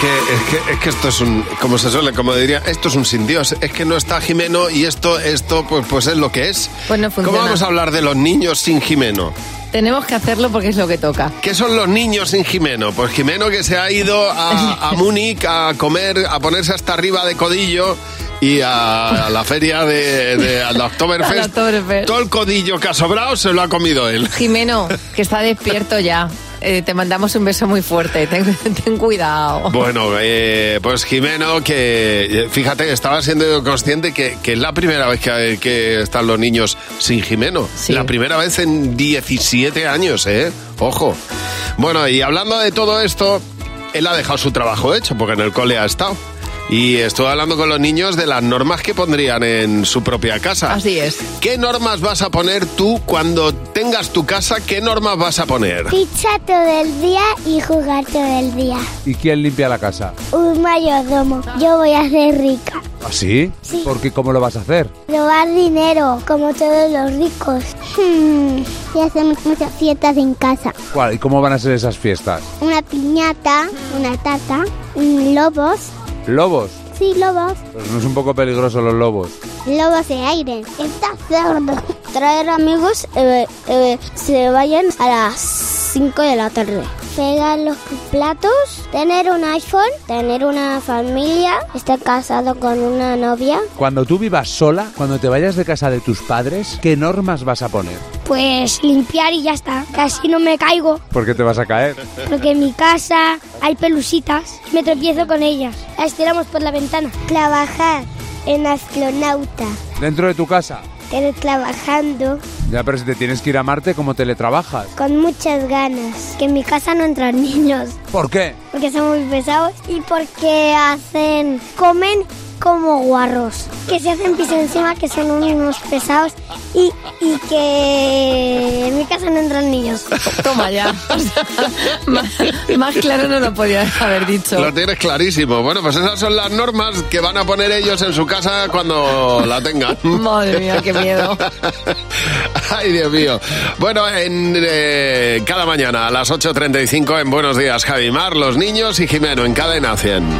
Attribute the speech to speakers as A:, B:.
A: que, es que, es que esto es un, como se suele, como diría, esto es un sin Dios. Es que no está Jimeno y esto, esto pues, pues es lo que es.
B: Pues no funciona.
A: ¿Cómo vamos a hablar de los niños sin Jimeno?
B: Tenemos que hacerlo porque es lo que toca.
A: ¿Qué son los niños sin Jimeno? Pues Jimeno que se ha ido a, a Múnich a comer, a ponerse hasta arriba de codillo y a, a la feria de, de a la Oktoberfest.
B: A la Oktoberfest.
A: Todo el codillo que ha sobrado se lo ha comido él.
B: Jimeno, que está despierto ya. Eh, te mandamos un beso muy fuerte. Ten, ten cuidado.
A: Bueno, eh, pues Jimeno, que eh, fíjate, estaba siendo consciente que, que es la primera vez que, que están los niños sin Jimeno.
B: Sí.
A: La primera vez en 17 años, ¿eh? Ojo. Bueno, y hablando de todo esto, él ha dejado su trabajo hecho porque en el cole ha estado. Y estoy hablando con los niños de las normas que pondrían en su propia casa.
B: Así es.
A: ¿Qué normas vas a poner tú cuando tengas tu casa? ¿Qué normas vas a poner?
C: Pizza todo el día y jugar todo el día.
D: ¿Y quién limpia la casa? ¿Ah,
C: Un mayordomo. Yo voy a ser rica.
D: ¿Así?
C: Sí.
D: Porque ¿cómo lo vas a hacer?
C: Robar dinero, como todos los ricos. Hmm, Y hacemos muchas fiestas en casa.
D: ¿Cuál? ¿Y cómo van a ser esas fiestas?
C: Una piñata, una tata, mm, lobos.
D: ¿Lobos?
C: Sí, lobos.
D: Pues no es un poco peligroso los lobos.
C: Lobos de aire. Está cerdo. Traer amigos eh, eh, se vayan a las 5 de la tarde. Pegar los platos. Tener un iPhone. Tener una familia. Estar casado con una novia.
D: Cuando tú vivas sola, cuando te vayas de casa de tus padres, ¿qué normas vas a poner?
C: Pues limpiar y ya está. Casi no me caigo.
D: Porque te vas a caer.
C: Porque en mi casa hay pelusitas. Me tropiezo con ellas. Las tiramos por la ventana. Trabajar en astronauta.
D: Dentro de tu casa.
C: Teletrabajando
D: Ya, pero si te tienes que ir a Marte, ¿cómo teletrabajas?
C: con muchas ganas. Que en mi casa no entran niños.
D: ¿Por qué?
C: Porque son muy pesados. Y porque hacen... Comen como guarros. Que se hacen pis encima, que son unos pesados. Y, y que en mi casa no entran niños.
B: Toma ya. O sea, más, más claro no lo podías haber dicho.
A: Lo tienes clarísimo. Bueno, pues esas son las normas que van a poner ellos en su casa cuando la tengan.
B: Madre mía, qué miedo.
A: Ay, Dios mío. Bueno, en, eh, cada mañana a las 8.35 en Buenos Días, Javimar, los niños y Jimeno en Cadena 100.